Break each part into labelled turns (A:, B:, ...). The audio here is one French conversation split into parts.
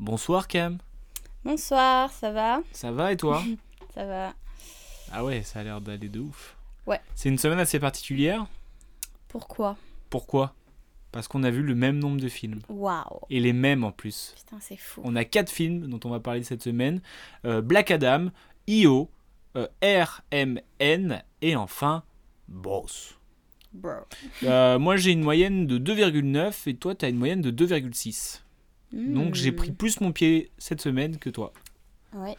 A: Bonsoir Cam.
B: Bonsoir, ça va
A: Ça va et toi
B: Ça va.
A: Ah ouais, ça a l'air d'aller de ouf.
B: Ouais.
A: C'est une semaine assez particulière.
B: Pourquoi
A: Pourquoi Parce qu'on a vu le même nombre de films.
B: Waouh.
A: Et les mêmes en plus.
B: Putain, c'est fou.
A: On a quatre films dont on va parler cette semaine. Euh, Black Adam, IO, euh, RMN et enfin Boss.
B: Bro.
A: Euh, moi j'ai une moyenne de 2,9 et toi t'as une moyenne de 2,6.
B: Hmm.
A: Donc j'ai pris plus mon pied cette semaine que toi.
B: Ouais,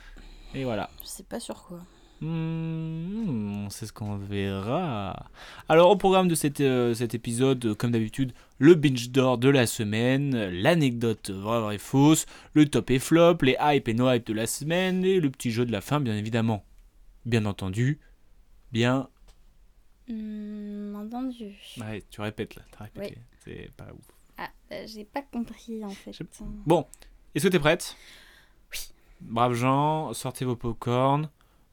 A: Et voilà.
B: je sais pas sur quoi.
A: Hmm, c'est ce qu'on verra. Alors au programme de cet, euh, cet épisode, euh, comme d'habitude, le binge d'or de la semaine, euh, l'anecdote vraie et fausse, le top et flop, les hype et no hype de la semaine et le petit jeu de la fin bien évidemment. Bien entendu. Bien.
B: Hmm, entendu.
A: Ouais, tu répètes là, t'as répété.
B: Oui.
A: C'est pas ouf.
B: Ah, bah, j'ai pas compris en fait.
A: Je- Bon, est-ce que t'es prête
B: Oui.
A: Braves gens, sortez vos popcorns,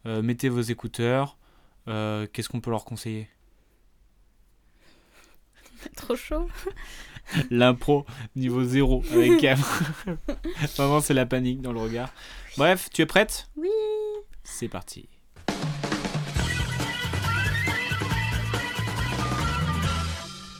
A: euh, mettez vos écouteurs. Euh, Qu'est-ce qu'on peut leur conseiller
B: Trop chaud.
A: L'impro niveau zéro avec Cam. Vraiment, c'est la panique dans le regard. Bref, tu es prête
B: Oui.
A: C'est parti.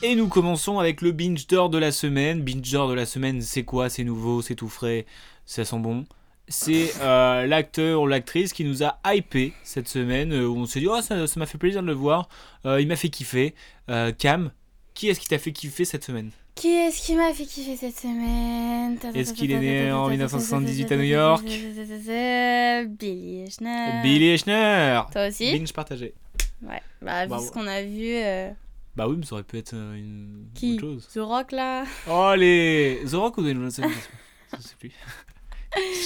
A: Et nous commençons avec le binge d'or de la semaine. Binge d'or de la semaine, c'est quoi C'est nouveau, c'est tout frais, ça sent bon. C'est euh, l'acteur ou l'actrice qui nous a hypé cette semaine, euh, où on s'est dit Oh, ça ça m'a fait plaisir de le voir, Euh, il m'a fait kiffer. Euh, Cam, qui est-ce qui t'a fait kiffer cette semaine
B: Qui est-ce qui m'a fait kiffer cette semaine
A: Est-ce qu'il est né en 1978 à New York
B: Billy Eichner.
A: Billy Eichner
B: Toi aussi
A: Binge partagé.
B: Ouais. Bah, vu
A: Bravo.
B: ce qu'on a vu, euh,
A: Bah oui, mais ça aurait pu être euh, une
B: qui
A: autre chose.
B: The Rock là.
A: Oh les The Rock ou Dwayne Johnson Je sais plus.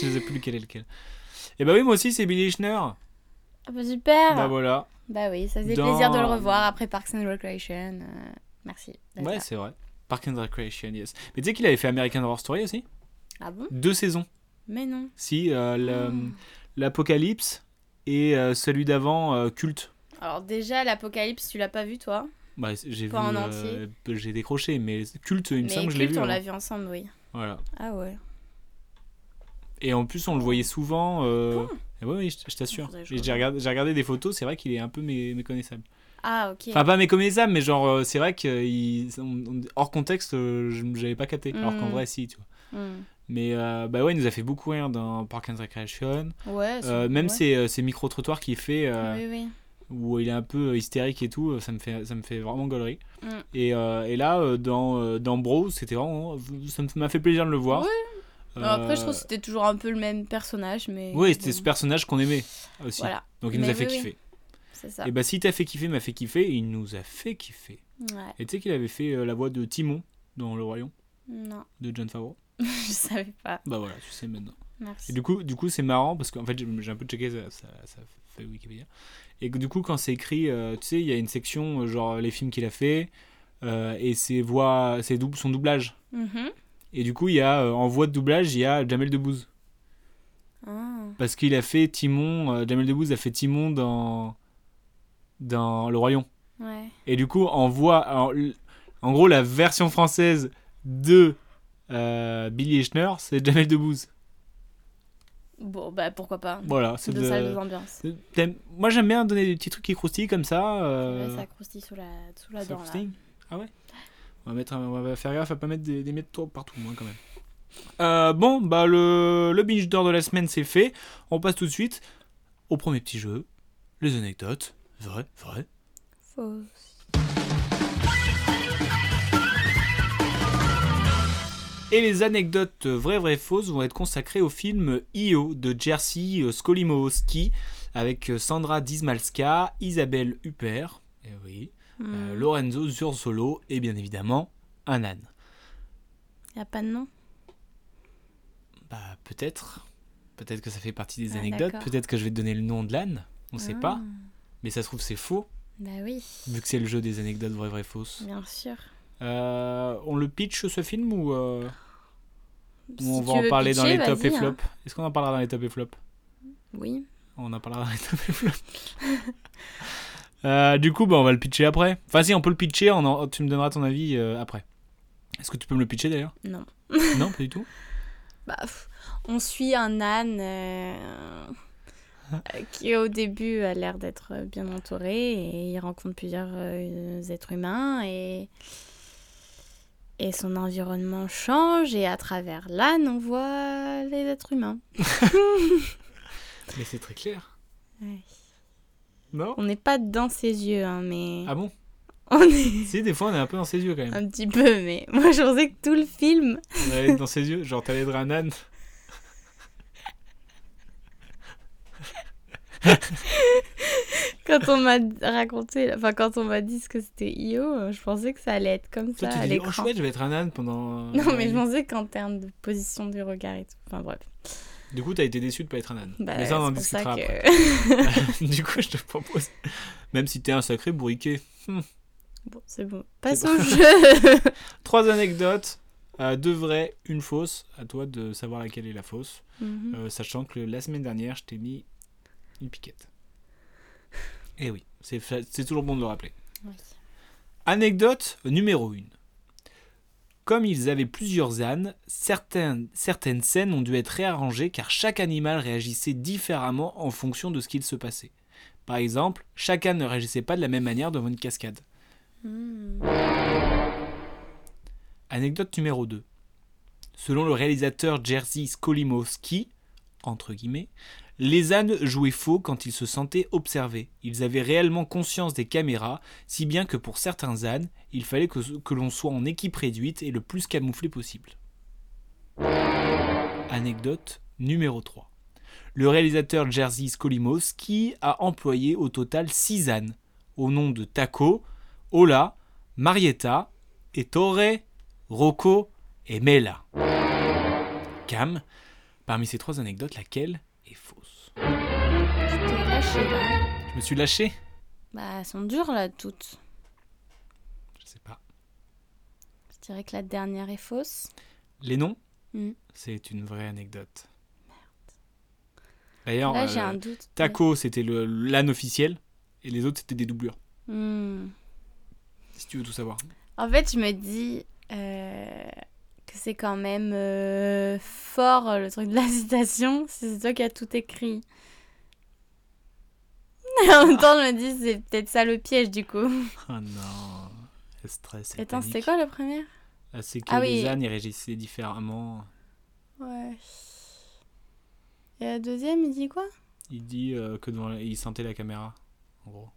A: Je sais plus lequel est lequel. Et bah oui, moi aussi, c'est Billy Eichner.
B: Ah bah, super.
A: Bah voilà.
B: Bah oui, ça faisait
A: Dans-
B: plaisir de le revoir après Parks and Recreation. euh, merci. d'être
A: Ouais,
B: là.
A: c'est vrai. Park and Recreation, yes. Mais tu sais qu'il avait fait American Horror Story aussi
B: Ah bon
A: Deux saisons.
B: Mais non.
A: Si, euh, le-
B: Hmm.
A: l'Apocalypse et euh, celui d'avant, euh, Culte.
B: Alors déjà, l'Apocalypse, tu l'as pas vu toi
A: Bah, j'ai vu.
B: Pas en
A: euh, j'ai décroché, mais Culte, il me
B: Mais
A: semble que je l'ai
B: Culte,
A: vu.
B: on
A: hein.
B: l'a vu ensemble, oui.
A: Voilà.
B: Ah ouais.
A: Et en plus, on le voyait souvent.
B: Ah
A: Euh... Oui, oui, je, je t'assure.
B: Faudrait que je
A: J'ai regardé, j'ai regardé des photos, c'est vrai qu'il est un peu mé- méconnaissable.
B: Ah ok.
A: Enfin, pas méconnaissable, mais genre, euh, c'est vrai que euh, il- on- on- hors contexte, euh, je j'avais pas capté. Alors qu'en
B: Mhm.
A: vrai, si, tu vois.
B: Hmm.
A: Mais euh, bah ouais, il nous a fait beaucoup rire dans Park and Recreation.
B: Ouais.
A: Euh,
B: Ah, c'est-
A: même
B: ouais.
A: ces, euh, ces micro-trottoirs qu'il fait, euh,
B: Oui, oui.
A: où il est un peu euh, hystérique et tout, euh, ça me fait, ça me fait vraiment gaulerie.
B: Mm.
A: Et, euh, et là, euh, dans, euh, dans Bro, c'était vraiment. Ça me- m'a fait plaisir de le voir.
B: Ouais.
A: Euh,
B: Alors après, je trouve que c'était toujours un peu le même personnage, mais.
A: ouais, c'était
B: bon,
A: ce personnage qu'on aimait aussi.
B: Voilà,
A: Donc il nous
B: Mais
A: a fait
B: oui, oui.
A: kiffer.
B: c'est ça.
A: Et bah si t'as fait kiffer, m'a fait kiffer, il nous a fait kiffer.
B: Ouais.
A: Et tu sais qu'il avait fait euh, la voix de Timon dans Le Royaume
B: Non,
A: de John Favreau.
B: je savais pas.
A: Bah voilà, tu sais maintenant. Et
B: Merci.
A: du coup, du coup, c'est marrant parce qu'en fait, j'ai j'ai un peu checké ça, ça, ça fait Wikipédia. Et que du coup, quand c'est écrit, euh, tu sais, il y a une section euh, genre les films qu'il a fait euh, et ses voix, ses doub- son doublage.
B: Mhm.
A: Et du coup, il y a euh, en voix de doublage, il y a Jamel Debbouze
B: Ah.
A: parce qu'il a fait Timon. euh, Jamel Debbouze a fait Timon dans dans Le Royaume.
B: Ouais.
A: Et du coup, on voit en, en gros la version française de euh, Billy Eichner, c'est Jamel Debbouze.
B: Bon, bah pourquoi pas.
A: Voilà, c'est
B: Deux
A: de-
B: salles, deux ambiances.
A: c'est- t'aimes- Moi j'aime bien donner des petits trucs qui croustillent comme ça. euh,
B: Ouais, ça croustille sous la, sous la
A: ça
B: dent là.
A: croustille. Ah ouais on va, mettre un- on va faire gaffe à pas mettre des, des mètres trop partout, moi quand même. Euh, bon, bah le, le binge d'or de la semaine c'est fait. On passe tout de suite au premier petit jeu, les anecdotes. Vrai, vrai.
B: Fausse.
A: Et les anecdotes vraies, vraies, fausses vont être consacrées au film Io de Jerzy Skolimowski avec Sandra Dismalska, Isabelle Huppert, eh oui, euh,
B: Hmm.
A: Lorenzo Zursolo et bien évidemment un âne.
B: Y a pas de nom
A: Bah peut-être. Peut-être que ça fait partie des
B: Ah,
A: anecdotes.
B: d'accord.
A: Peut-être que je vais te donner le nom de l'âne. On sait
B: Ah,
A: pas. Mais ça se trouve c'est faux,
B: Bah oui,
A: vu que c'est le jeu des anecdotes vraies, vraies, fausses.
B: bien sûr.
A: Euh, on le pitch ce film ou, euh, ou
B: Si
A: on
B: tu
A: va en
B: veux
A: parler dans
B: pitcher,
A: les top et
B: vas-y, hein.
A: flops Est-ce qu'on en parlera dans les top et flops
B: Oui.
A: On en parlera dans les top et flops. Euh, du coup, bah, on va le pitcher après. Enfin, si, on peut le pitcher, on en- tu me donneras ton avis euh, après. Est-ce que tu peux me le pitcher d'ailleurs
B: Non.
A: Non, pas du tout.
B: Bah, pff, on suit un âne euh, euh, qui au début a l'air d'être euh, bien entouré et il rencontre plusieurs euh, êtres humains et et son environnement change et à travers l'âne on voit les êtres humains.
A: Mais c'est très clair.
B: Ouais.
A: Non
B: On n'est pas dans ses yeux hein, mais
A: Ah bon
B: on est
A: Si, des fois on est un peu dans ses yeux quand même.
B: un petit peu mais moi je pensais que tout le film
A: On allait être dans ses yeux, genre t'allais être un âne.
B: quand on m'a raconté enfin quand on m'a dit ce que c'était Io euh, je pensais que ça allait être comme
A: Toi,
B: ça
A: tu
B: à
A: te dis, oh
B: l'écran.
A: chouette, je vais être un âne pendant. euh,
B: Non, mais je pensais qu'en termes de position du regard et tout. Enfin bref.
A: Du coup, t'as été déçu de pas être un âne.
B: Bah,
A: mais ça, on en
B: c'est pour
A: discutera
B: ça
A: après.
B: que-
A: du coup, je te propose, même si t'es un sacré bourriquet,
B: Bon, c'est bon. Passe
A: bon.
B: au jeu.
A: trois anecdotes, euh, deux vraies, une fausse. À toi de savoir laquelle est la fausse,
B: Mhm.
A: euh, sachant que la semaine dernière, je t'ai mis une piquette. Eh oui, c'est fa- c'est toujours bon de le rappeler.
B: Oui.
A: Anecdote numéro 1. Comme ils avaient plusieurs ânes, certaines, certaines scènes ont dû être réarrangées car chaque animal réagissait différemment en fonction de ce qu'il se passait. Par exemple, chaque âne ne réagissait pas de la même manière devant une cascade.
B: Hmm.
A: Anecdote numéro 2. Selon le réalisateur Jerzy Skolimowski, entre guillemets, les ânes jouaient faux quand ils se sentaient observés. Ils avaient réellement conscience des caméras, si bien que pour certains ânes, il fallait que, que l'on soit en équipe réduite et le plus camouflé possible. Anecdote numéro 3. Le réalisateur Jerzy Skolimowski a employé au total 6 ânes, au nom de Taco, Ola, Marietta, Ettore, Rocco et Mela. Cam, parmi ces trois anecdotes, laquelle est fausse
B: Tu t'es lâché, là.
A: Je me suis lâché
B: Bah, elles sont dures là toutes.
A: Je sais pas.
B: Je dirais que la dernière est fausse.
A: Les noms
B: Mm.
A: C'est une vraie anecdote. D'ailleurs,
B: là, j'ai
A: euh,
B: un doute.
A: Taco, c'était le- l'âne officiel, et les autres, c'était des doublures,
B: Hmm.
A: si tu veux tout savoir.
B: En fait, je me dis euh, que c'est quand même euh, fort le truc de la citation. si C'est toi qui as tout écrit. en même temps, je me dis, c'est peut-être ça le piège du coup.
A: Ah non, le stress et
B: Attends, c'était
A: panique.
B: quoi la première
A: Ah, C'est que
B: Ah
A: les
B: oui.
A: ânes, ils réagissaient différemment.
B: Ouais. Et la deuxième, il dit quoi
A: Il dit euh, que devant, il sentait la caméra, en gros.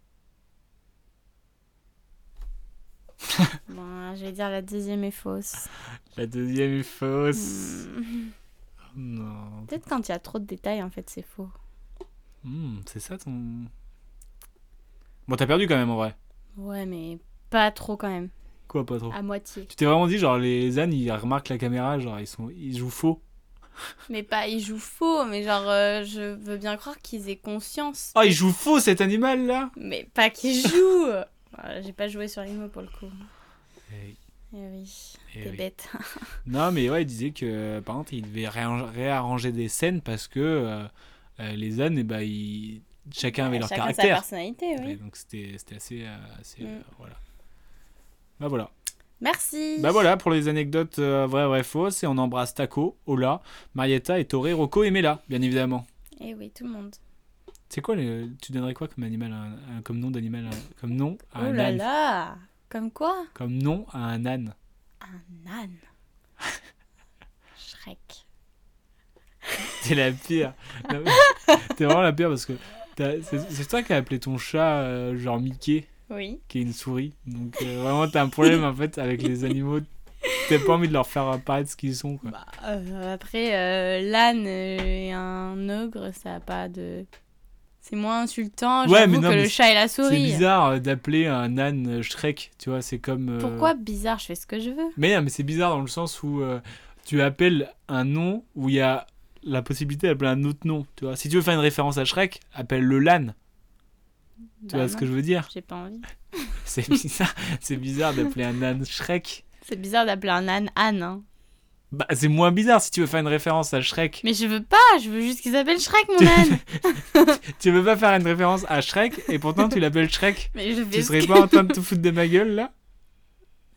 B: Bon, je vais dire la deuxième est fausse.
A: La deuxième est fausse.
B: Hmm.
A: Non.
B: Peut-être quand il y a trop de détails, en fait, c'est faux.
A: Hmm, c'est ça ton. Bon, t'as perdu quand même en vrai.
B: Ouais, mais pas trop quand même.
A: Quoi, pas trop
B: À moitié.
A: Tu t'es vraiment dit, genre, les ânes, ils remarquent la caméra, genre, ils, sont... ils jouent faux.
B: Mais pas, ils jouent faux, mais genre, euh, je veux bien croire qu'ils aient conscience.
A: Oh, ils jouent faux cet animal là
B: Mais pas qu'ils jouent Voilà, J'ai pas joué sur les mots pour le coup.
A: Eh
B: Eh oui,
A: eh
B: t'es
A: oui.
B: bête.
A: Non, mais ouais, il disait que, euh, par contre, il devait réarrange- réarranger des scènes parce que euh, euh, les ânes, eh ben, ils... chacun avait Ah, leur
B: Chacun sa
A: caractère.
B: personnalité, oui.
A: Ouais, donc c'était c'était assez. euh, assez,
B: Mm.
A: euh, voilà. Bah voilà.
B: Merci
A: Bah voilà pour les anecdotes euh, vraies, vraies, fausses. Et on embrasse Taco, Ola, Marietta et Toré, Rocco et Mela, bien évidemment.
B: Eh oui, tout le monde.
A: C'est quoi le... Tu donnerais quoi comme animal à un- un- comme nom d'animal à un- comme nom à
B: oh
A: un
B: là
A: Ah, âne
B: là Comme quoi
A: Comme nom à un âne.
B: Un âne. Shrek.
A: T'es la pire. Non, mais- T'es vraiment la pire parce que t'as- c'est c'est toi qui as appelé ton chat euh, genre Mickey,
B: Oui.
A: qui est une souris. Donc euh, vraiment t'as un problème en fait avec les animaux. T'as pas envie de leur faire apparaître ce qu'ils sont quoi.
B: Bah, euh, après, euh, l'âne et un ogre, ça a pas de. C'est moins insultant
A: Ouais,
B: j'avoue,
A: mais non,
B: que
A: mais
B: le chat et la
A: C'est
B: souris.
A: bizarre euh, d'appeler un âne euh, Shrek, tu vois, c'est comme... euh,
B: Pourquoi bizarre Je fais ce que je veux.
A: Mais non, mais c'est bizarre dans le sens où euh, tu appelles un nom où il y a la possibilité d'appeler un autre nom. Tu vois, si tu veux faire une référence à Shrek, appelle le LAN. Tu vois ce que je veux dire
B: Bah J'ai pas envie.
A: C'est bizarre, c'est bizarre d'appeler un âne Shrek.
B: C'est bizarre d'appeler un âne Anne. hein.
A: Bah, c'est moins bizarre si tu veux faire une référence à Shrek.
B: Mais je veux pas, je veux juste qu'ils s'appellent Shrek, mon âne.
A: Tu veux pas faire une référence à Shrek et pourtant tu l'appelles Shrek.
B: Mais je vais.
A: Tu serais pas en train de te foutre de ma gueule là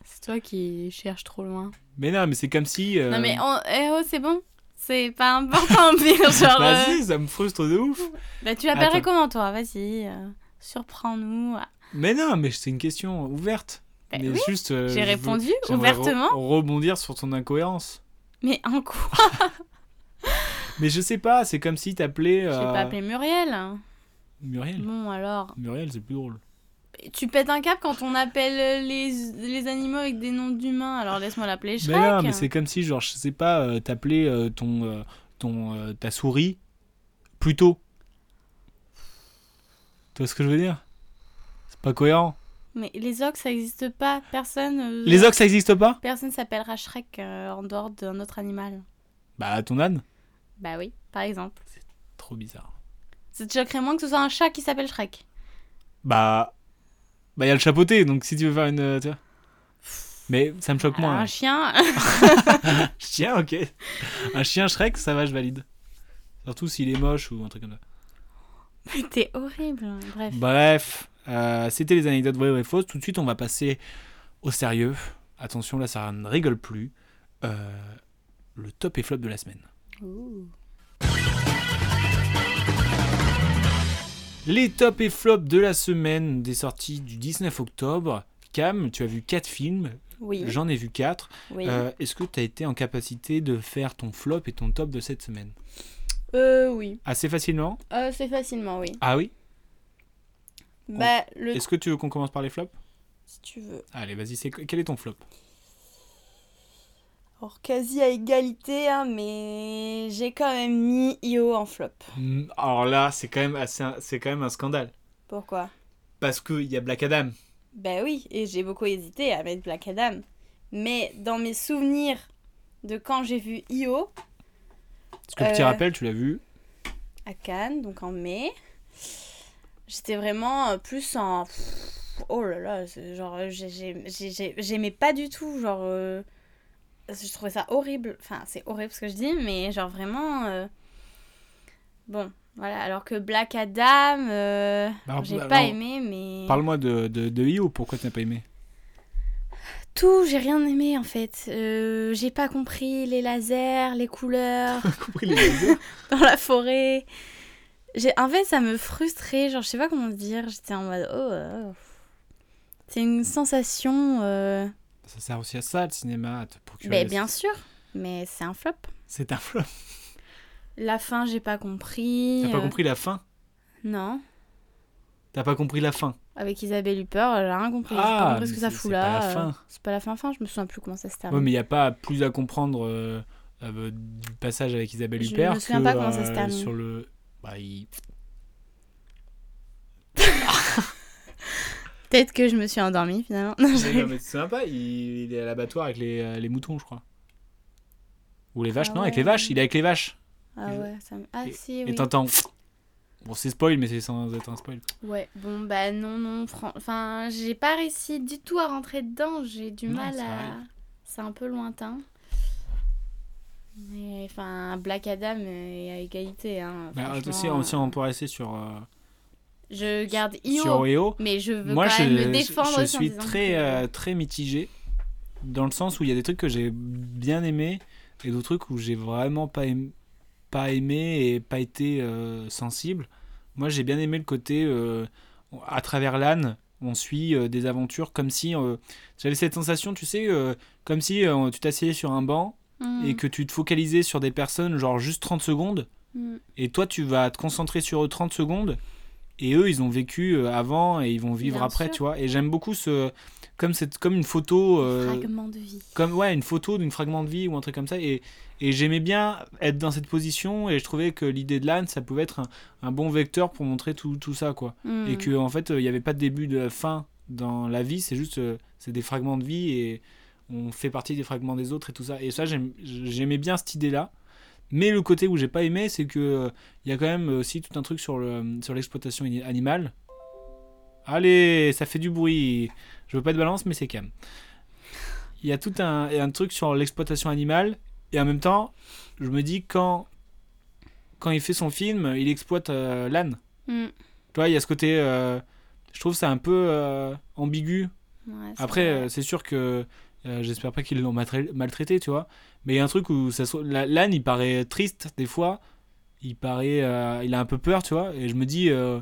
B: C'est toi qui cherches trop loin.
A: Mais non, mais c'est comme si. euh,
B: Non mais on... eh oh, c'est bon. C'est pas important, pire. Genre,
A: Bah
B: euh,
A: si, ça me frustre de ouf.
B: bah, tu l'appellerais
A: Attends.
B: comment toi Vas-y, euh, surprends-nous.
A: Mais non, mais c'est une question ouverte.
B: Bah
A: mais
B: oui,
A: juste. euh,
B: j'ai
A: je veux-
B: répondu
A: j'aimerais re-
B: ouvertement.
A: rebondir sur ton incohérence.
B: Mais en quoi
A: Mais je sais pas, c'est comme si t'appelais.
B: J'ai
A: euh,
B: pas appelé Muriel. hein.
A: Muriel.
B: Bon alors,
A: Muriel, c'est plus drôle.
B: tu pètes un cap quand on appelle les, les animaux avec des noms d'humains. Alors laisse-moi l'appeler Shrek.
A: Mais non, mais c'est comme si, genre, je sais pas, euh, t'appelais euh, ton, euh, ton, euh, ta souris plutôt. Tu vois ce que je veux dire C'est pas cohérent.
B: Mais les ox ça existe pas. Personne. euh,
A: Les ox, ça existe pas
B: Personne s'appellera Shrek euh, en dehors d'un autre animal.
A: Bah, ton âne.
B: Bah oui, par exemple.
A: Trop bizarre.
B: Ça te choquerait moins que ce soit un chat qui s'appelle Shrek.
A: Bah, bah, y a le chapeauté, donc si tu veux faire une. euh, tu vois. Mais ça me choque
B: Alors,
A: moins.
B: un
A: hein.
B: chien.
A: Chien, ok. Un chien Shrek, ça va, je valide. Surtout s'il est moche ou un truc comme ça.
B: T'es horrible. Bref.
A: Bah, Bref, euh, c'était les anecdotes vraies ou fausses. Tout de suite, on va passer au sérieux. Attention, là, ça ne rigole plus. Euh, le top et flop de la semaine. Les top et flop de la semaine des sorties du 19 octobre. Cam, tu as vu 4 films,
B: Oui.
A: j'en ai vu 4.
B: oui.
A: Est-ce que tu as été en capacité de faire ton flop et ton top de cette semaine
B: Euh, oui.
A: Assez facilement
B: Euh, c'est facilement, oui.
A: Ah oui
B: Bah, le.
A: Est-ce que tu veux qu'on commence par les flops
B: Si tu veux.
A: Allez, vas-y, c'est... quel est ton flop
B: Alors, quasi à égalité, hein, mais j'ai quand même mis Io en flop.
A: Mm, Alors là, c'est quand même assez, c'est quand même un scandale.
B: Pourquoi
A: Parce qu'il y a Black Adam.
B: Bah oui, et j'ai beaucoup hésité à mettre Black Adam. Mais dans mes souvenirs de quand j'ai vu Io
A: Parce que petit
B: Euh.
A: rappel, tu l'as vu.
B: à Cannes, donc en mai, j'étais vraiment euh, plus en. pff, Oh là là, c'est genre, euh, j'ai- j'ai- j'ai- j'ai- j'aimais pas du tout, genre. euh, Je trouvais ça horrible. Enfin, c'est horrible ce que je dis, mais genre vraiment. euh, Bon, voilà. Alors que Black Adam, euh,
A: Bah,
B: j'ai
A: bah,
B: pas
A: non.
B: aimé, mais.
A: Parle-moi de, de, de Io, pourquoi tu n'as pas aimé
B: Tout, j'ai rien aimé en fait. Euh, j'ai pas compris les lasers, les couleurs dans la forêt. J'ai en fait ça me frustrait, genre je sais pas comment dire, j'étais en mode oh. euh, pff. C'est une sensation euh,
A: Ça sert aussi à ça, le cinéma, à te procurer.
B: ben, bien sûr, mais c'est un flop.
A: C'est un flop.
B: La fin, j'ai pas compris.
A: T'as pas
B: euh,
A: compris la fin
B: Non.
A: T'as pas compris la fin
B: Avec Isabelle Huppert, j'ai rien compris. j'ai
A: Ah,
B: pas compris ce
A: mais
B: que ça
A: c'est-
B: fout
A: c'est pas
B: là.
A: la
B: euh,
A: fin.
B: C'est pas la fin fin, je me souviens plus comment ça se termine.
A: Ouais, mais il n'y a pas plus à comprendre euh, euh, du passage avec Isabelle
B: Je
A: Huppert
B: me souviens
A: que,
B: pas comment ça se
A: euh,
B: termine.
A: sur le. Bah, il-
B: Peut-être que je me suis endormie finalement. Non, je-
A: Mais non, mais c'est sympa, il, il est à l'abattoir avec les, euh, les moutons, je crois. Ou les vaches,
B: Ah
A: non, avec
B: ouais.
A: les vaches, il est avec les vaches.
B: Ah ouais, ça me... Ah si, oui.
A: Et t'entends. Bon, c'est spoil, mais c'est sans être un spoil.
B: Ouais, bon bah non, non, fran- enfin j'ai pas réussi du tout à rentrer dedans, j'ai du
A: Non,
B: mal
A: ça
B: à...
A: arrive.
B: C'est un peu lointain. Mais enfin, Black Adam est à égalité. Hein,
A: Bah,
B: franchement,
A: si, on, si on peut rester sur, euh,
B: Je garde Io,
A: sur EO,
B: mais je veux
A: moi
B: quand
A: je,
B: même
A: je-
B: me défendre.
A: je
B: aussi en
A: suis
B: disant
A: très,
B: que-
A: euh, très mitigé dans le sens où il y a des trucs que j'ai bien aimé et d'autres trucs où j'ai vraiment pas aimé, pas aimé et pas été euh, sensible. Moi j'ai bien aimé le côté euh, à travers l'âne, on suit euh, des aventures comme si euh, j'avais cette sensation, tu sais, euh, comme si euh, tu t'asseyais sur un banc
B: Mm,
A: et que tu te focalisais sur des personnes, genre juste 30 secondes.
B: mm.
A: Et toi, tu vas te concentrer sur eux 30 secondes. Et eux, ils ont vécu euh, avant et ils vont vivre
B: Bien
A: après,
B: sûr.
A: tu vois. Et j'aime beaucoup ce. Comme, cette, comme une photo. euh,
B: Fragment de vie.
A: comme, ouais, une photo d'une fragment de vie ou un truc comme ça. Et, et j'aimais bien être dans cette position. Et je trouvais que l'idée de l'âne, ça pouvait être un, un bon vecteur pour montrer tout, tout ça, quoi.
B: Mm.
A: Et que, en fait, euh, il n'y avait pas de début de fin dans la vie. C'est juste. euh, c'est des fragments de vie. Et on fait partie des fragments des autres et tout ça. Et ça, j'aime- j'aimais bien cette idée-là. Mais le côté où j'ai pas aimé, c'est que euh, il y a quand même aussi tout un truc sur le sur l'exploitation ini- animale. Allez, ça fait du bruit. Je veux pas de balance, mais c'est calme. Il y a tout un, un truc sur l'exploitation animale et en même temps, je me dis quand quand il fait son film, il exploite euh, l'âne.
B: Mm.
A: Tu vois, il y a ce côté. euh, je trouve ça un peu euh, ambigu
B: Ouais, c'est
A: après,
B: vrai.
A: euh, c'est sûr que euh, j'espère pas qu'ils l'ont matri- maltraité, tu vois. Mais il y a un truc où ça se- la- l'âne, il paraît triste des fois. Il paraît, euh, il a un peu peur, tu vois. Et je me dis, euh,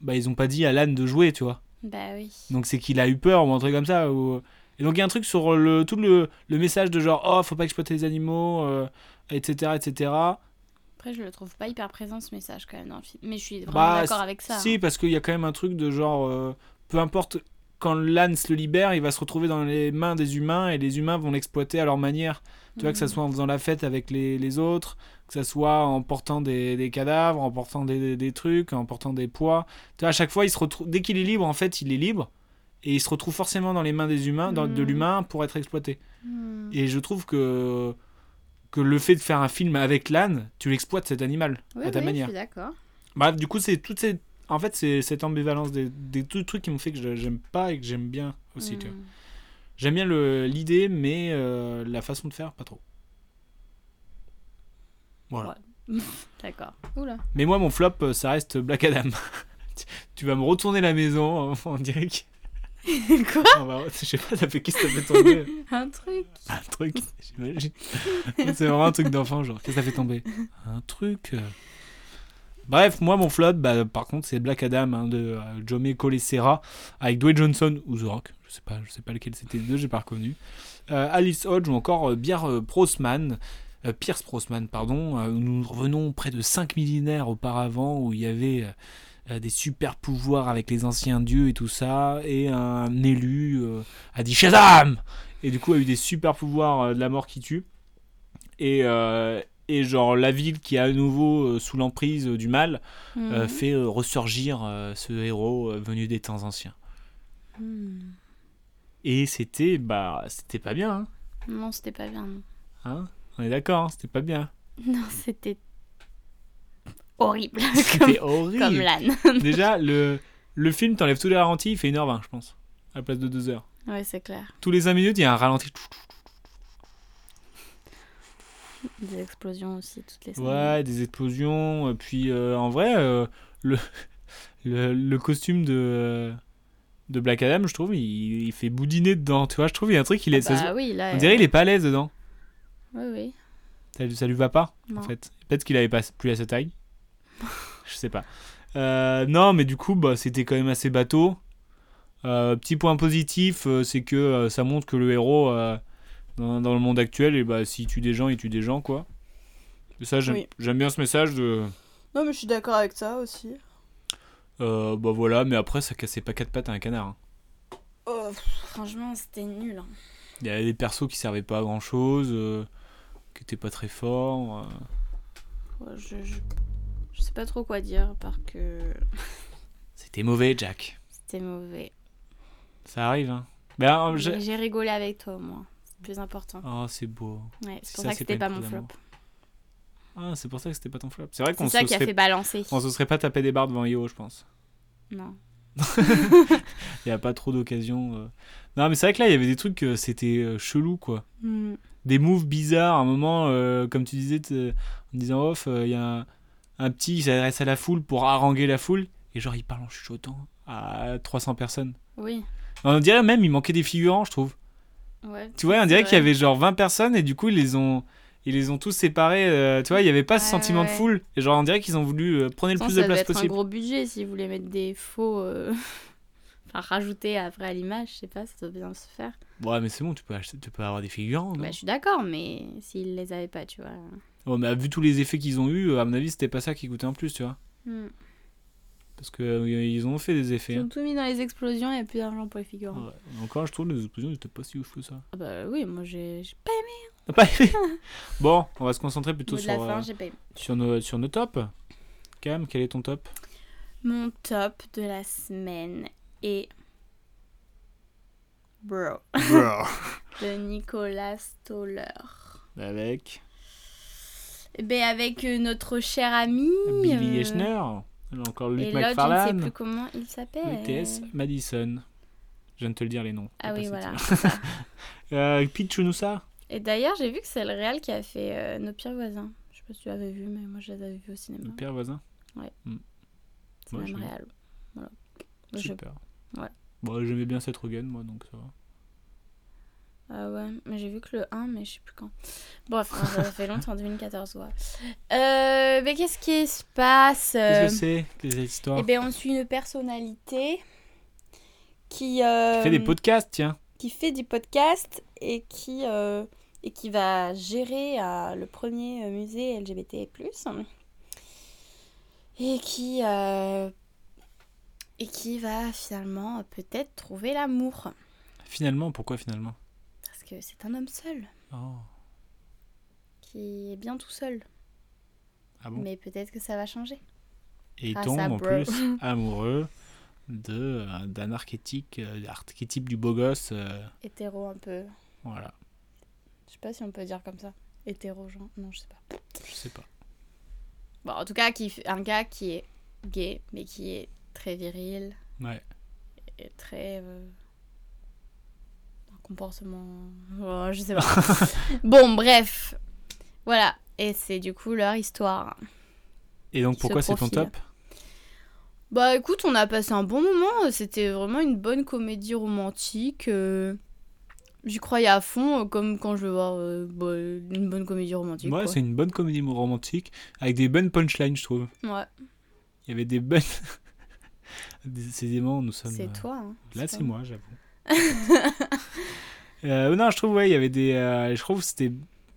A: bah ils ont pas dit à l'âne de jouer, tu vois.
B: Bah oui.
A: Donc c'est qu'il a eu peur ou un truc comme ça. Ou... Et donc il y a un truc sur le tout le, le message de genre, oh faut pas exploiter les animaux, euh, etc, etc.
B: Après, je le trouve pas hyper présent ce message quand même dans le film. Mais je suis vraiment
A: Bah,
B: d'accord
A: si-
B: avec ça. hein.
A: Si, parce qu'il y a quand même un truc de genre, euh, peu importe quand l'âne se le libère, il va se retrouver dans les mains des humains et les humains vont l'exploiter à leur manière. Tu
B: hein.
A: vois, que
B: Mhm.
A: ça soit en faisant la fête avec les, les autres, que ça soit en portant des, des cadavres, en portant des, des- des trucs, en portant des poids. Tu vois, à chaque fois, il se retrouve, dès qu'il est libre, en fait, il est libre et il se retrouve forcément dans les mains des humains, dans- de
B: Mhm.
A: l'humain pour être exploité.
B: Hmm.
A: Et je trouve que, que le fait de faire un film avec l'âne, tu l'exploites cet animal
B: Oui,
A: à ta
B: oui,
A: manière.
B: je suis d'accord.
A: Bah, du coup, c'est toutes ces. En fait, c'est cette ambivalence des, des tout trucs qui m'ont fait que je- j'aime pas et que j'aime bien aussi. tu vois.
B: Hmm.
A: J'aime bien le- l'idée, mais euh, la façon de faire, pas trop. Voilà.
B: D'accord. Oula.
A: Mais moi, mon flop, euh, ça reste Black Adam. Tu- tu vas me retourner la maison, on dirait que.
B: Quoi
A: on va- Je sais pas, ça fait qu'est-ce que ça fait tomber
B: Un truc.
A: Un truc, j'imagine. C'est vraiment un truc d'enfant, genre, qu'est-ce que ça fait tomber Un truc. euh. Bref, moi, mon flop, bah, par contre, c'est Black Adam hein, de euh, Jaume Colessera avec Dwayne Johnson ou The Rock. Je sais pas, je sais pas lequel c'était les deux, j'ai pas reconnu. Euh, Alice Hodge ou encore euh, Pierre euh, Brosman. euh, Pierce Brosman, pardon. Euh, nous revenons près de 5 millénaires auparavant où il y avait. euh, euh, des super pouvoirs avec les anciens dieux et tout ça, et un élu euh, a dit Shazam et du coup a eu des super pouvoirs euh, de la mort qui tue et euh, et genre la ville qui est à nouveau euh, sous l'emprise euh, du mal euh,
B: Hmm.
A: fait euh, ressurgir euh, ce héros euh, venu des temps anciens
B: Hmm.
A: et c'était bah c'était pas bien hein,
B: Non, c'était pas bien. non.
A: hein on est d'accord hein, c'était pas bien
B: Non, c'était horrible. comme
A: c'était horrible
B: comme l'âne.
A: déjà le le film t'enlève tout les ralentis il fait 1h20 je pense à la place de 2h
B: ouais, c'est clair.
A: tous les 5 minutes il y a un ralenti
B: Des explosions aussi toutes les Ah semaines.
A: Ouais, des explosions. euh, Puis euh, en vrai, euh, le, le, le costume de, de Black Adam, je trouve, il, il fait boudiner dedans. Tu vois, je trouve, il y a un truc, il est, ça se-
B: Bah oui, là.
A: on dirait
B: euh,
A: qu'il est pas à l'aise dedans.
B: Oui, oui.
A: Ça, lui- ça lui va pas,
B: Non.
A: en fait. Peut-être qu'il avait pas plus à sa taille. je sais pas. Euh, non, mais du coup, bah, c'était quand même assez bateau. Euh, petit point positif, euh, c'est que euh, ça montre que le héros, euh, dans, dans le monde actuel, et bah, s'il tue des gens, il tue des gens, quoi. Et ça, j'aime
B: Oui.
A: j'aime bien ce message de.
B: Non, mais je suis d'accord avec ça aussi.
A: Euh, bah voilà, mais après ça cassait pas quatre pattes à un canard. hein.
B: Oh, pff, franchement, c'était nul. hein.
A: Il y avait des persos qui servaient pas à grand chose, qui étaient pas très forts. euh.
B: Ouais, je, je- je sais pas trop quoi dire, parce que
A: C'était mauvais, Jack.
B: c'était mauvais.
A: Ça arrive, hein. Ben, euh,
B: Mais
A: j'ai-
B: J'ai rigolé avec toi, au moins. C'est le plus important.
A: Oh, c'est beau.
B: Ouais, c'est
A: Si
B: pour
A: ça, c'est
B: ça, que c'était
A: pas
B: pas
A: une
B: mon
A: preuve
B: flop.
A: d'amour. Ah, c'est pour ça que c'était pas ton flop. C'est vrai qu'on
B: C'est
A: se,
B: ça qui a
A: serait...
B: fait balancer.
A: on se serait pas tapé des barres devant Io, je pense.
B: Non.
A: Il y a pas trop d'occasions. euh. Non, mais c'est vrai que là, il y avait des trucs, euh, c'était euh, chelou, quoi.
B: Hmm.
A: des moves bizarres. À un moment, euh, comme tu disais, t'es- en disant off, euh, il y a un, un petit qui s'adresse à la foule pour haranguer la foule. Et genre, il parle en chuchotant à 300 personnes.
B: Oui.
A: On dirait même, il manquait des figurants, je trouve.
B: Ouais.
A: Tu vois, on dirait
B: C'est
A: qu'il y
B: vrai.
A: avait genre 20 personnes et du coup, ils les ont, ils les ont tous séparés. euh, tu vois, il n'y avait pas ce
B: Ouais,
A: sentiment
B: ouais.
A: de foule. Et genre, on dirait qu'ils ont voulu euh, prendre le
B: Sans,
A: plus
B: ça
A: de
B: devait
A: place
B: être un
A: possible.
B: gros budget si vous voulez mettre des faux. euh, enfin, rajouter après à l'image, je sais pas, ça doit bien se faire.
A: Ouais, mais c'est bon, tu peux, acheter- tu peux avoir des figurants. non
B: Bah, je suis d'accord, mais s'ils les avaient pas, tu vois.
A: Ouais, mais vu tous les effets qu'ils ont eu, à mon avis, c'était pas ça qui coûtait en plus, tu vois.
B: Hmm.
A: Parce qu'ils ils ont fait des effets.
B: Ils
A: hein.
B: ont tout mis dans les explosions et plus d'argent pour les figurants.
A: Ouais. Encore, je trouve les explosions n'étaient pas si ouf que ça.
B: Ah bah oui, moi j'ai j'ai pas aimé.
A: bon, on va se concentrer plutôt
B: Au de la
A: sur,
B: fin,
A: euh,
B: j'ai pas aimé.
A: sur, nos, sur nos tops. Cam, quel est ton top
B: Mon top de la semaine est. Bro.
C: Bro.
B: de Nicolas Stoller.
A: Avec
B: Eh ben, avec euh, notre cher ami.
A: Billy
B: euh,
A: Eichner, encore
B: Et
A: Luc
B: l'autre, je ne sais
A: McFarlane,
B: plus comment il s'appelle.
A: BTS, Madison. Je viens de te le dire les noms.
B: Ah
A: Faut
B: oui,
A: pas
B: voilà.
A: se dire. euh, Pete Chunusa
B: Et d'ailleurs, j'ai vu que c'est le réel qui a fait euh, Nos pires voisins. Je sais pas si tu l'avais vu, mais moi je les avais vus au cinéma.
A: le père voisin.
B: C'est
A: moi,
B: le même
A: je l'ai.
B: réel. Voilà. Je-
A: Super.
B: Ouais.
A: Bon, j'aimais bien cette Rogen, moi, donc ça va.
B: Ah ouais, mais j'ai vu que le 1, mais je sais plus quand. Bon, enfin, ça fait longtemps, en 2014, ouais. Euh, mais qu'est-ce qui se passe
A: Qu'est-ce que c'est que les histoires
B: Eh bien, on suit une personnalité qui, euh,
A: Qui fait des podcasts, tiens.
B: qui fait des podcasts et qui, euh, et qui va gérer euh, le premier euh, musée LGBT+. Et qui, euh, et qui va finalement euh, peut-être trouver l'amour.
A: Finalement, pourquoi finalement
B: Parce que c'est un homme seul,
A: Oh.
B: qui est bien tout seul.
A: Ah bon
B: Mais peut-être que ça va changer.
A: Et il
B: grâce
A: tombe
B: à
A: en
B: Bro.
A: plus amoureux de euh, d'un archétype, euh, archétype du beau gosse. euh,
B: Hétéro un peu.
A: voilà,
B: Je sais pas si on peut dire comme ça. Hétéro, genre. Non, je sais pas.
A: je sais pas.
B: Bon, en tout cas, qui, un gars qui est gay, mais qui est très viril
A: Ouais.
B: et très. euh, un comportement. Oh, je sais pas. bon, bref. Voilà. Et c'est du coup leur histoire.
A: Et donc
B: Ce
A: pourquoi c'est ton
B: profil.
A: top
B: Bah écoute, on a passé un bon moment. C'était vraiment une bonne comédie romantique. euh, J'y croyais à fond, euh, comme quand je veux voir euh, bah, une bonne comédie romantique.
A: Moi,
B: quoi.
A: c'est une bonne comédie romantique avec des bonnes punchlines, je trouve.
B: Ouais,
A: Il y avait des bonnes. Décidément, nous sommes.
B: c'est
A: euh,
B: toi. hein.
A: Là, c'est
B: pas
A: moi, j'avoue. Euh, non, je trouve, ouais, il y avait des. euh, je trouve que c'était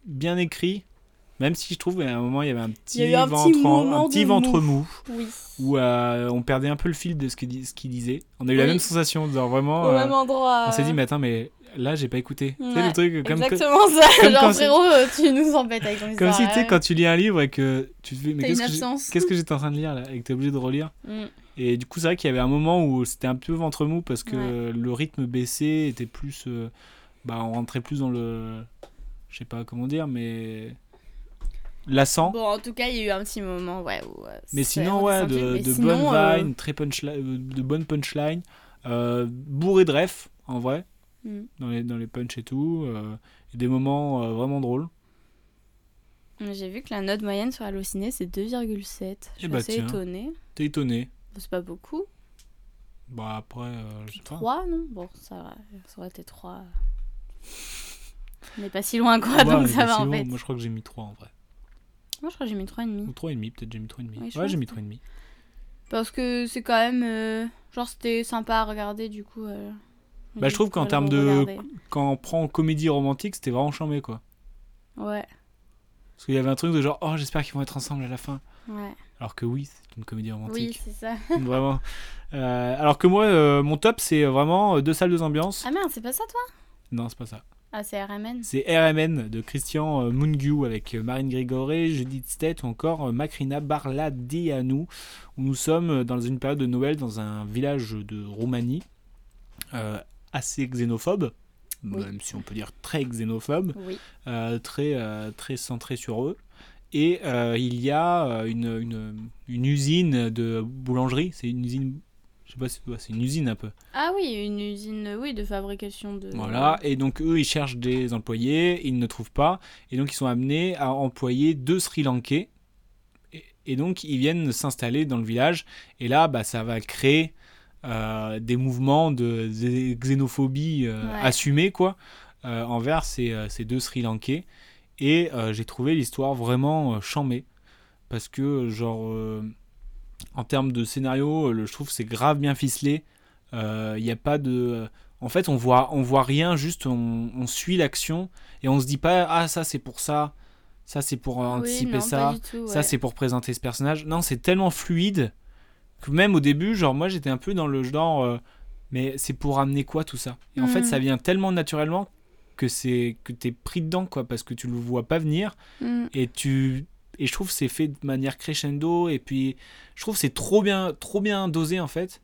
A: bien écrit. Même si je trouve, à un moment, il y avait un petit,
B: Il y a eu un petit
A: ventre, en-
B: moment
A: un petit
B: de
A: ventre
B: mou.
A: mou.
B: Oui.
A: où euh, on perdait un peu le fil de ce qu'il dis- ce qu'il disait. On a eu la
B: Oui.
A: même sensation, genre vraiment.
B: Au
A: euh,
B: même endroit.
A: on s'est dit,
B: euh,
A: mais attends, mais là, j'ai pas écouté. Tu sais,
B: Ouais,
A: le truc, comme, que-
B: Exactement ça.
A: comme quand
B: Genre,
A: c'est-
B: frérot, euh, tu nous embêtes avec ton histoire.
A: comme si, tu sais,
B: ouais.
A: quand tu lis un livre et que tu te fais, mais
B: T'as
A: qu'est-ce
B: une
A: que j'ai-
B: absence.
A: qu'est-ce que j'étais en train de lire là Et que t'es obligé de relire.
B: Mm.
A: Et du coup, c'est vrai qu'il y avait un moment où c'était un peu ventre mou parce que
B: Ouais.
A: le rythme baissé était plus. euh, bah, on rentrait plus dans le. Je sais pas comment dire, mais. Lassant.
B: Bon, en tout cas, il y a eu un petit moment, ouais. Où, euh,
A: Mais
B: c'est
A: sinon, ouais,
B: ressenti,
A: de,
B: mais
A: de
B: sinon,
A: bonnes
B: euh,
A: vines, très punchli- euh, de bonnes punchlines, euh, bourré de refs, en vrai,
B: Mm.
A: dans les, dans les punchs et tout, euh, et des moments euh, vraiment drôles.
B: J'ai vu que la note moyenne sur Allociné, c'est 2,7. Je
A: Eh
B: suis
A: bah,
B: assez
A: tiens.
B: étonnée.
A: T'es étonné.
B: C'est pas beaucoup.
A: Bah après, euh, je sais pas.
B: 3, non Bon, ça, va, ça aurait été 3. On n'est pas si loin, quoi,
A: Ouais, mais
B: donc ça va,
A: sinon,
B: en fait.
A: Moi
B: Moi,
A: je crois que j'ai mis 3 en vrai.
B: je crois que j'ai mis
A: Ou
B: 3,5.
A: 3,5, peut-être j'ai mis 3,5.
B: Ouais, je
A: ouais, j'ai
B: pense,
A: mis 3,5.
B: Parce que c'est quand même... euh, genre, c'était sympa à regarder, du coup... euh,
A: Bah, je trouve qu'en
B: le
A: termes de-
B: regarder.
A: Quand on prend comédie romantique, c'était vraiment chambé quoi.
B: Ouais,
A: Parce qu'il y avait un truc de genre, oh j'espère qu'ils vont être ensemble à la fin.
B: ouais.
A: Alors que oui, c'est une comédie
B: Oui,
A: romantique.
B: c'est ça.
A: vraiment. Euh, alors que moi, euh, mon top, c'est vraiment euh, deux salles, deux ambiances.
B: Ah merde, c'est pas ça, toi
A: Non, c'est pas ça.
B: Ah, c'est RMN.
A: C'est RMN de Christian euh, Mungiu avec euh, Marine Grégory, Judith Stett ou encore euh, Macrina Barladianou, où nous sommes euh, dans une période de Noël dans un village de Roumanie, euh, assez xénophobe,
B: Oui.
A: même si on peut dire très xénophobe,
B: Oui.
A: euh, très, euh, très centré sur eux. Et euh, il y a euh, une, une, une usine de boulangerie, c'est une usine, je sais pas si ouais, c'est une usine un peu.
B: Ah oui, une usine euh, oui, de fabrication de...
A: Voilà, et donc eux, ils cherchent des employés, ils ne trouvent pas, et donc ils sont amenés à employer deux Sri Lankais, et, et donc ils viennent s'installer dans le village, et là, bah, ça va créer euh, des mouvements de, de xénophobie euh,
B: Ouais.
A: assumés, quoi, euh, envers ces, euh, ces deux Sri Lankais, et euh, j'ai trouvé l'histoire vraiment euh, chambée, parce que, genre, euh, en termes de scénario, euh, le- je trouve que c'est grave bien ficelé, Euh, il n'y a pas de... En fait, on voit, on voit rien, juste on, on suit l'action et on se dit pas ah ça c'est pour ça, ça c'est pour euh,
B: Oui,
A: anticiper
B: non,
A: ça,
B: Pas du tout,
A: ça
B: ouais.
A: c'est pour présenter ce personnage. Non, c'est tellement fluide que même au début, genre moi j'étais un peu dans le genre euh, mais c'est pour amener quoi tout ça Et en fait,
B: Mhm.
A: ça vient tellement naturellement que c'est que t'es pris dedans quoi parce que tu le vois pas venir
B: Mm.
A: et tu et je trouve que c'est fait de manière crescendo et puis je trouve que c'est trop bien trop bien dosé en fait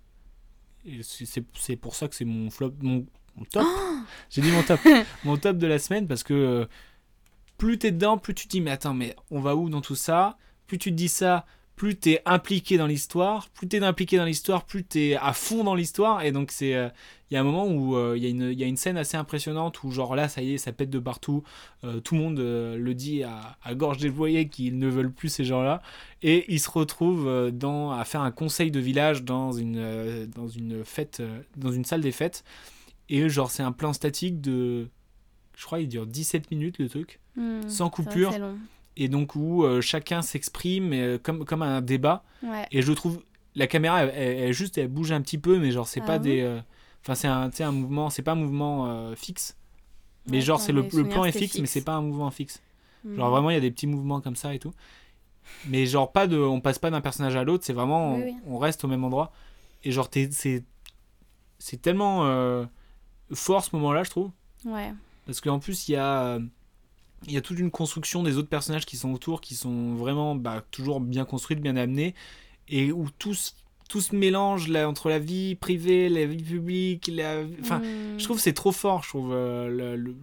A: et c'est- c'est c'est pour ça que c'est mon flop mon, Mon top. J'ai dit mon top. mon top de la semaine parce que euh, plus t'es dedans, plus tu te dis mais attends, mais on va où dans tout ça Plus tu te dis ça, plus t'es impliqué dans l'histoire. Plus t'es impliqué dans l'histoire, plus t'es à fond dans l'histoire. Et donc c'est, euh, il y a un moment où euh, il y, a une- y a une scène assez impressionnante où genre là ça y est, ça pète de partout. Euh, tout le monde euh, le dit à, à gorge déployée qu'ils ne veulent plus ces gens-là. Et ils se retrouvent euh, dans, à faire un conseil de village dans une, euh, dans une fête, euh, dans une salle des fêtes. Et genre c'est un plan statique de, je crois il dure 17 minutes le truc.
B: Hmm,
A: Sans
B: c'est vrai que
A: coupure.
B: c'est long.
A: Et donc où euh, chacun s'exprime euh, comme, comme un débat.
B: Ouais.
A: Et je trouve la caméra, elle, elle- elle juste, elle bouge un petit peu, mais genre c'est
B: Ah
A: pas
B: oui
A: des, euh, enfin c'est un, tu sais, un mouvement, c'est pas un mouvement euh, fixe. Mais
B: Ouais,
A: genre
B: dans
A: c'est le,
B: mes
A: le plan
B: souvenirs,
A: est
B: c'était
A: fixe, mais
B: fixe.
A: c'est pas un mouvement fixe.
B: Hmm.
A: Genre vraiment il y a des petits mouvements comme ça et tout. Mais genre pas de, on passe pas d'un personnage à l'autre, c'est vraiment on,
B: Oui, oui.
A: on reste au même endroit. Et genre t'es- c'est, c'est tellement euh, fort ce moment-là, je trouve.
B: Mm. Ouais.
A: Parce qu'en plus, il y a. euh, Il y a toute une construction des autres personnages qui sont autour, qui sont vraiment bah, toujours bien construites, bien amenées, et où tout se, tout se mélange là, entre la vie privée, la vie publique. La... Enfin,
B: Hmm.
A: Je trouve que c'est trop fort, je trouve. euh, le- le-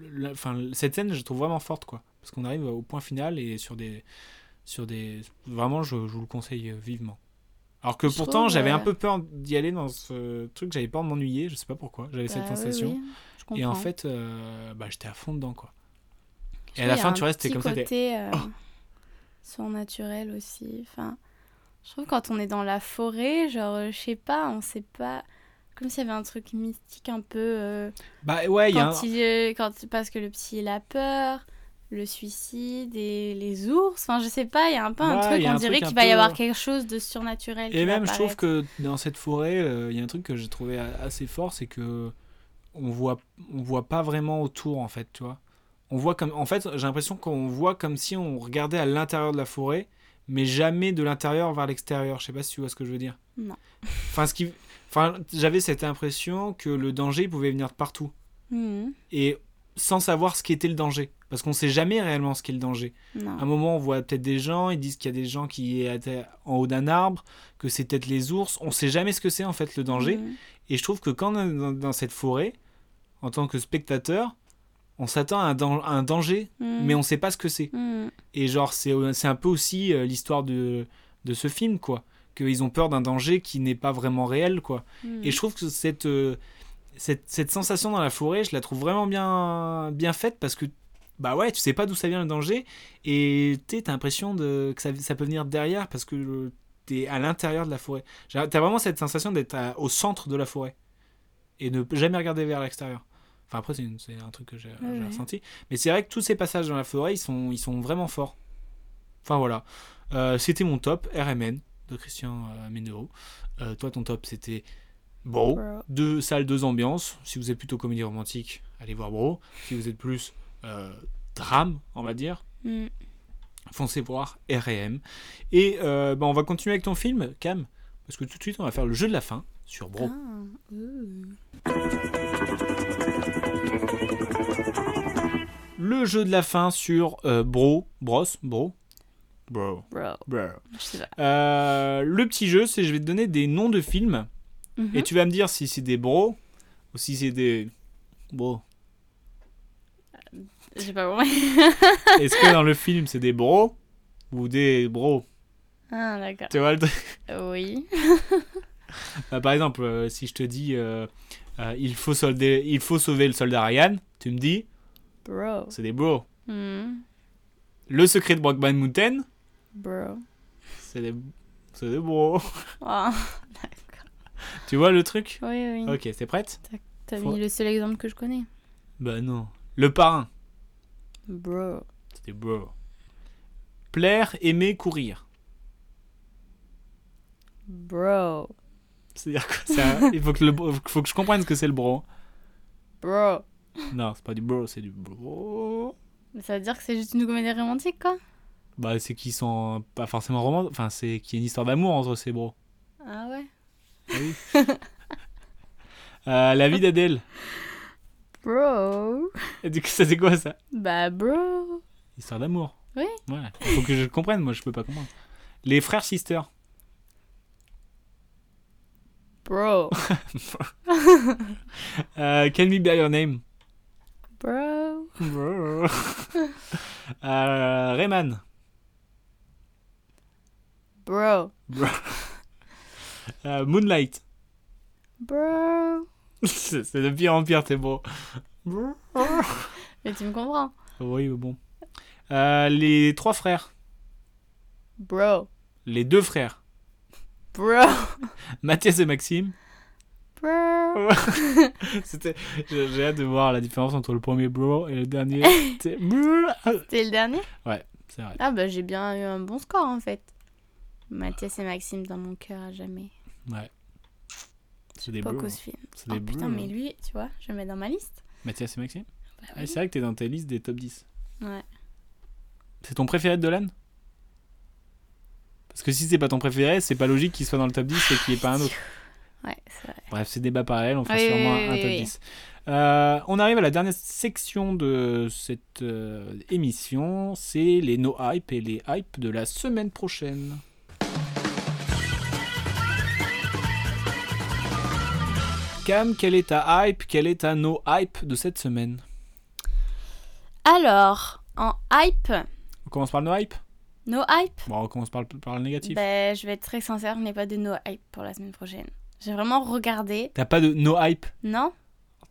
A: le- enfin, cette scène, je la trouve vraiment forte, quoi. Parce qu'on arrive au point final et sur des. Sur des... Vraiment, je, je vous le conseille euh, vivement. Alors que
B: Je
A: pourtant,
B: trouve,
A: j'avais un
B: euh,
A: peu peur d'y aller dans ce truc, j'avais peur de m'ennuyer, je sais pas pourquoi, j'avais cette
B: Bah oui,
A: sensation.
B: oui, je comprends.
A: Et en fait, euh, bah, j'étais à fond dedans, quoi.
B: Je
A: Et à
B: trouve
A: la
B: qu'il y a
A: fin,
B: un
A: tu restes, t'es
B: petit
A: comme ça, t'es- Oh.
B: côté euh, surnaturel aussi. Enfin, je trouve quand on est dans la forêt, genre, euh, je sais pas, on sait pas. Comme s'il y avait un truc mystique un peu. euh,
A: Bah ouais, il y a
B: quand
A: un-
B: il, euh, quand, parce que le petit, il a peur, le suicide et les ours. Enfin, je sais pas, il y a un peu un
A: Ouais, il
B: truc,
A: y a
B: on
A: un
B: dirait
A: truc un
B: qu'il va y avoir
A: peu-
B: quelque chose de surnaturel. qui
A: Et
B: va
A: même, je trouve
B: apparaître.
A: que dans cette forêt, euh, il y a un truc que j'ai trouvé a- assez fort, c'est que on voit, on voit pas vraiment autour, en fait, tu vois. On voit comme... En fait, j'ai l'impression qu'on voit comme si on regardait à l'intérieur de la forêt, mais jamais de l'intérieur vers l'extérieur. Je sais pas si tu vois ce que je veux dire.
B: Non.
A: Enfin, ce qui... Enfin, j'avais cette impression que le danger il pouvait venir de partout.
B: Mhm.
A: Et sans savoir ce qu'était le danger. Parce qu'on sait jamais réellement ce qu'est le danger.
B: Non.
A: À un moment, on voit peut-être des gens, ils disent qu'il y a des gens qui étaient en haut d'un arbre, que c'est peut-être les ours. On sait jamais ce que c'est en fait le danger.
B: Mhm.
A: Et je trouve que quand on est dans, dans cette forêt, en tant que spectateur, on s'attend à un, dan- à un danger,
B: Mhm.
A: mais on sait pas ce que c'est.
B: Mhm.
A: Et genre, c'est c'est un peu aussi euh, l'histoire de, de ce film, quoi. Qu'ils ont peur d'un danger qui n'est pas vraiment réel, quoi.
B: Mhm.
A: Et je trouve que cette, euh, cette, cette sensation dans la forêt, je la trouve vraiment bien, bien faite parce que bah ouais, tu sais pas d'où ça vient le danger et tu as l'impression de, que ça, ça peut venir derrière parce que euh, t'es à l'intérieur de la forêt. J'ai- T'as vraiment cette sensation d'être à- au centre de la forêt et ne jamais regarder vers l'extérieur. Enfin après c'est une- c'est un truc que j'ai j'ai
B: ouais.
A: ressenti. Mais c'est vrai que tous ces passages dans la forêt, ils sont, ils sont vraiment forts. Enfin voilà. Euh, c'était mon top, RMN, de Christian euh, Mendero. Euh, toi ton top c'était... Bro,
B: Bro.
A: deux salles, deux ambiances. Si vous êtes plutôt comédie romantique, allez voir Bro. Si vous êtes plus euh, drame, on va dire,
B: Mhm.
A: foncez voir R&M. Et euh, bah, on va continuer avec ton film, Cam, parce que tout de suite on va faire le jeu de la fin sur Bro.
B: Ah, ouh.
A: Le jeu de la fin sur euh, Bro, Bros, Bro.
B: Bro,
A: Bro.
B: je sais pas.
A: Euh, le petit jeu, c'est je vais te donner des noms de films
B: Mhm.
A: et tu vas me dire si c'est des Bro ou si c'est des Bro.
B: J'ai pas compris.
A: Est-ce que dans le film c'est des Bro ou des Bro
B: Ah, d'accord.
A: Tu vois le truc
B: Oui.
A: Bah, par exemple, euh, si je te dis euh, euh, il, faut solder, il faut sauver le soldat Ryan, tu me dis
B: Bro.
A: c'est des bros.
B: Hmm.
A: Le secret de Brockman Mountain,
B: Bro.
A: c'est des, c'est des bros.
B: Ah,
A: tu vois le truc
B: oui, oui.
A: Ok, t'es prête
B: T'as
A: faut-
B: mis le seul exemple que je connais.
A: Bah non. Le parrain,
B: Bro.
A: c'est des bros. Plaire, aimer, courir.
B: Bro.
A: C'est-à-dire quoi c'est un- Il faut que, le, bro- faut que je comprenne ce que c'est le bro.
B: Bro.
A: Non, c'est pas du bro, c'est du bro.
B: Mais ça veut dire que c'est juste une comédie romantique, quoi
A: Bah, c'est qu'ils sont pas forcément romans. Enfin, c'est qu'il y a une histoire d'amour entre ces bros.
B: Ah ouais
A: Ah oui. Euh, la vie d'Adèle.
B: Bro.
A: Et Du coup, ça c'est quoi ça
B: Bah, bro.
A: Histoire d'amour.
B: Oui.
A: Ouais. Faut que je comprenne, moi je peux pas comprendre. Les frères sisters.
B: Bro.
A: Euh, Can Me By Your Name.
B: Bro.
A: euh, Rayman.
B: Bro.
A: Euh, Moonlight.
B: Bro.
A: C'est c'est de pire en pire, t'es bon.
B: Mais tu me comprends.
A: Oui, mais bon. Euh, les trois frères.
B: Bro.
A: Les deux frères.
B: Bro.
A: Mathias et Maxime.
B: Bro.
A: C'était... J'ai j'ai hâte de voir la différence entre le premier bro et le dernier. C'était-
B: C'était le dernier
A: C'est vrai.
B: Ah bah j'ai bien eu un bon score en fait. Mathias et Maxime dans mon cœur à jamais.
A: C'est des
B: Pas
A: bros.
B: Cosfin.
A: C'est
B: Oh
A: des hein.
B: putain
A: bros.
B: mais lui, tu vois, je le mets dans ma liste.
A: Mathias et Maxime
B: Bah
A: Ah,
B: oui.
A: C'est vrai que t'es dans ta liste des top 10.
B: Ouais.
A: C'est ton préféré de Dolan Parce que si c'est pas ton préféré, c'est pas logique qu'il soit dans le top 10 et qu'il n'y ait pas un autre.
B: Ouais, c'est vrai.
A: Bref, c'est débat parallèle, on fera
B: Oui,
A: sûrement
B: oui,
A: un,
B: oui,
A: top
B: oui.
A: 10. Euh, on arrive à la dernière section de cette euh, émission, c'est les no hype et les hype de la semaine prochaine. Cam, quelle est ta hype, quelle est ta no hype de cette semaine
B: Alors, en hype,
A: On commence par le no hype
B: no hype,
A: Bon, on commence par, le- par le négatif.
B: ben, je vais être très sincère, je n'ai pas de no hype pour la semaine prochaine. J'ai vraiment regardé,
A: T'as pas de no hype
B: non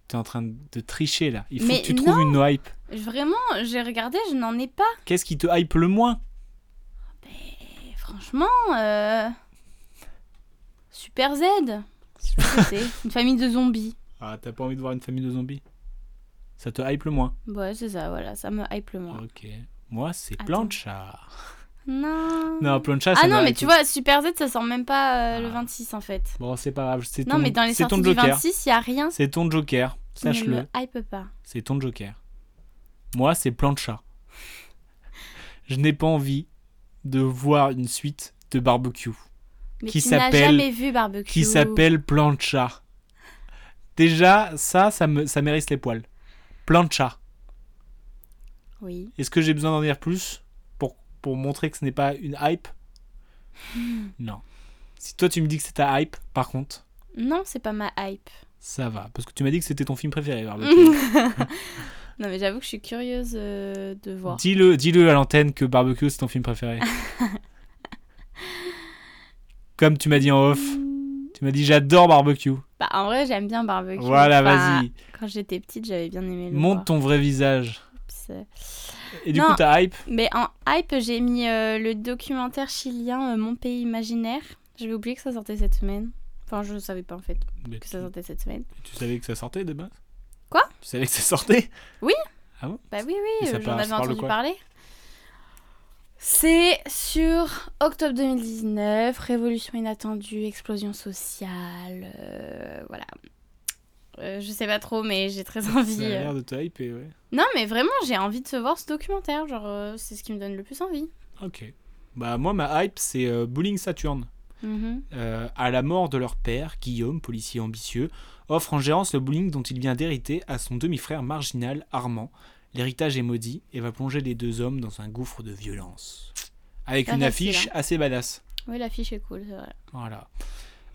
A: T'es en train de tricher là. Il faut
B: Mais
A: que tu
B: non.
A: trouves une no hype.
B: Vraiment, j'ai regardé, je n'en ai pas.
A: Qu'est-ce qui te hype le moins
B: Et franchement, euh, Super Z, Je sais pas ce que c'est une famille de zombies.
A: Ah, t'as pas envie de voir une famille de zombies Ça te hype le moins
B: Ouais, c'est ça, voilà, ça me hype le moins.
A: Ok. Moi, c'est
B: Attends.
A: Plancha.
B: Non.
A: Non, Plancha, ça
B: ah non,
A: me
B: mais
A: hype.
B: tu vois, Super Z, ça sort même pas euh, le
A: Ah.
B: 26 en fait.
A: Bon, c'est pas grave. C'est
B: Non,
A: ton-
B: mais dans les
A: c'est
B: sorties
A: ton
B: du hein.
A: Joker.
B: 26, il y a rien
A: C'est ton Joker.
B: qui ne
A: Sache-le.
B: me hype pas.
A: C'est ton Joker. Moi, c'est Plancha. Je n'ai pas envie de voir une suite de barbecue
B: Mais
A: Qui
B: tu n'as
A: s'appelle-
B: jamais vu Barbecue.
A: qui s'appelle Plancha. Déjà, ça, ça me, ça m'érisse les poils. Plancha.
B: Oui.
A: Est-ce que j'ai besoin d'en dire plus pour, pour montrer que ce n'est pas une hype
B: Hmm.
A: Non. Si toi tu me dis que c'est ta hype, par contre,
B: Non, c'est pas ma hype.
A: ça va. Parce que tu m'as dit que c'était ton film préféré. Barbecue.
B: non, mais j'avoue que je suis curieuse euh, de voir.
A: Dis-le dis-le à l'antenne que Barbecue c'est ton film préféré. Comme tu m'as dit en off,
B: Mm.
A: tu m'as dit j'adore Barbecue.
B: Bah, en vrai, j'aime bien Barbecue.
A: Voilà,
B: Enfin,
A: vas-y.
B: Quand j'étais petite, j'avais bien aimé le
A: Montre
B: voir.
A: ton vrai visage.
B: Puis, euh,
A: Et du
B: Non.
A: coup, ta hype
B: Mais en hype, j'ai mis euh, le documentaire chilien euh, Mon pays imaginaire. J'avais oublié que ça sortait cette semaine. Enfin, je savais pas en fait
A: Mais
B: que
A: tu,
B: ça sortait cette semaine.
A: tu savais que ça sortait de base
B: Quoi
A: Tu savais que ça sortait
B: Oui.
A: Ah bon
B: Bah oui,
A: Et
B: oui,
A: ça
B: euh,
A: parle-
B: j'en
A: ça
B: avais
A: parle de
B: entendu
A: quoi
B: parler. C'est sur octobre 2019, révolution inattendue, explosion sociale, euh, voilà. Euh, je sais pas trop, mais j'ai très envie.
A: Ça a
B: euh.
A: l'air de ta hype et ouais.
B: Non, mais vraiment, j'ai envie de se voir ce documentaire. Genre, euh, c'est ce qui me donne le plus envie.
A: Ok. Bah moi ma hype c'est euh, Bowling Saturn.
B: Mhm.
A: Euh, à la mort de leur père, Guillaume, policier ambitieux, offre en gérance le bowling dont il vient d'hériter à son demi-frère marginal, Armand. L'héritage est maudit et va plonger les deux hommes dans un gouffre de violence. Avec
B: Pas
A: une
B: facile,
A: affiche
B: hein.
A: assez badass.
B: Oui, l'affiche est cool, c'est vrai.
A: Voilà.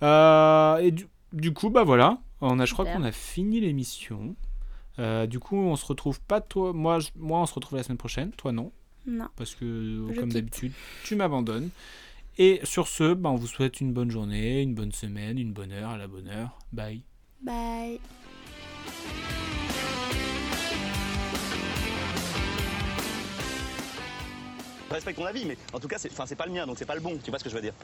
A: Euh, et du, du coup, bah voilà. On a, je crois
B: Super.
A: qu'on a fini l'émission. Euh, du coup, on se retrouve pas toi, moi, je- moi, on se retrouve la semaine prochaine. Toi, non
B: Non.
A: parce que
B: Je
A: comme
B: quitte.
A: d'habitude, tu m'abandonnes. Et sur ce, ben, on vous souhaite une bonne journée, une bonne semaine, une bonne heure, à la bonne heure. Bye.
B: Bye.
D: Je respecte ton avis, mais en tout cas, c'est enfin, c'est pas le mien, donc c'est pas le bon. Tu vois ce que je veux dire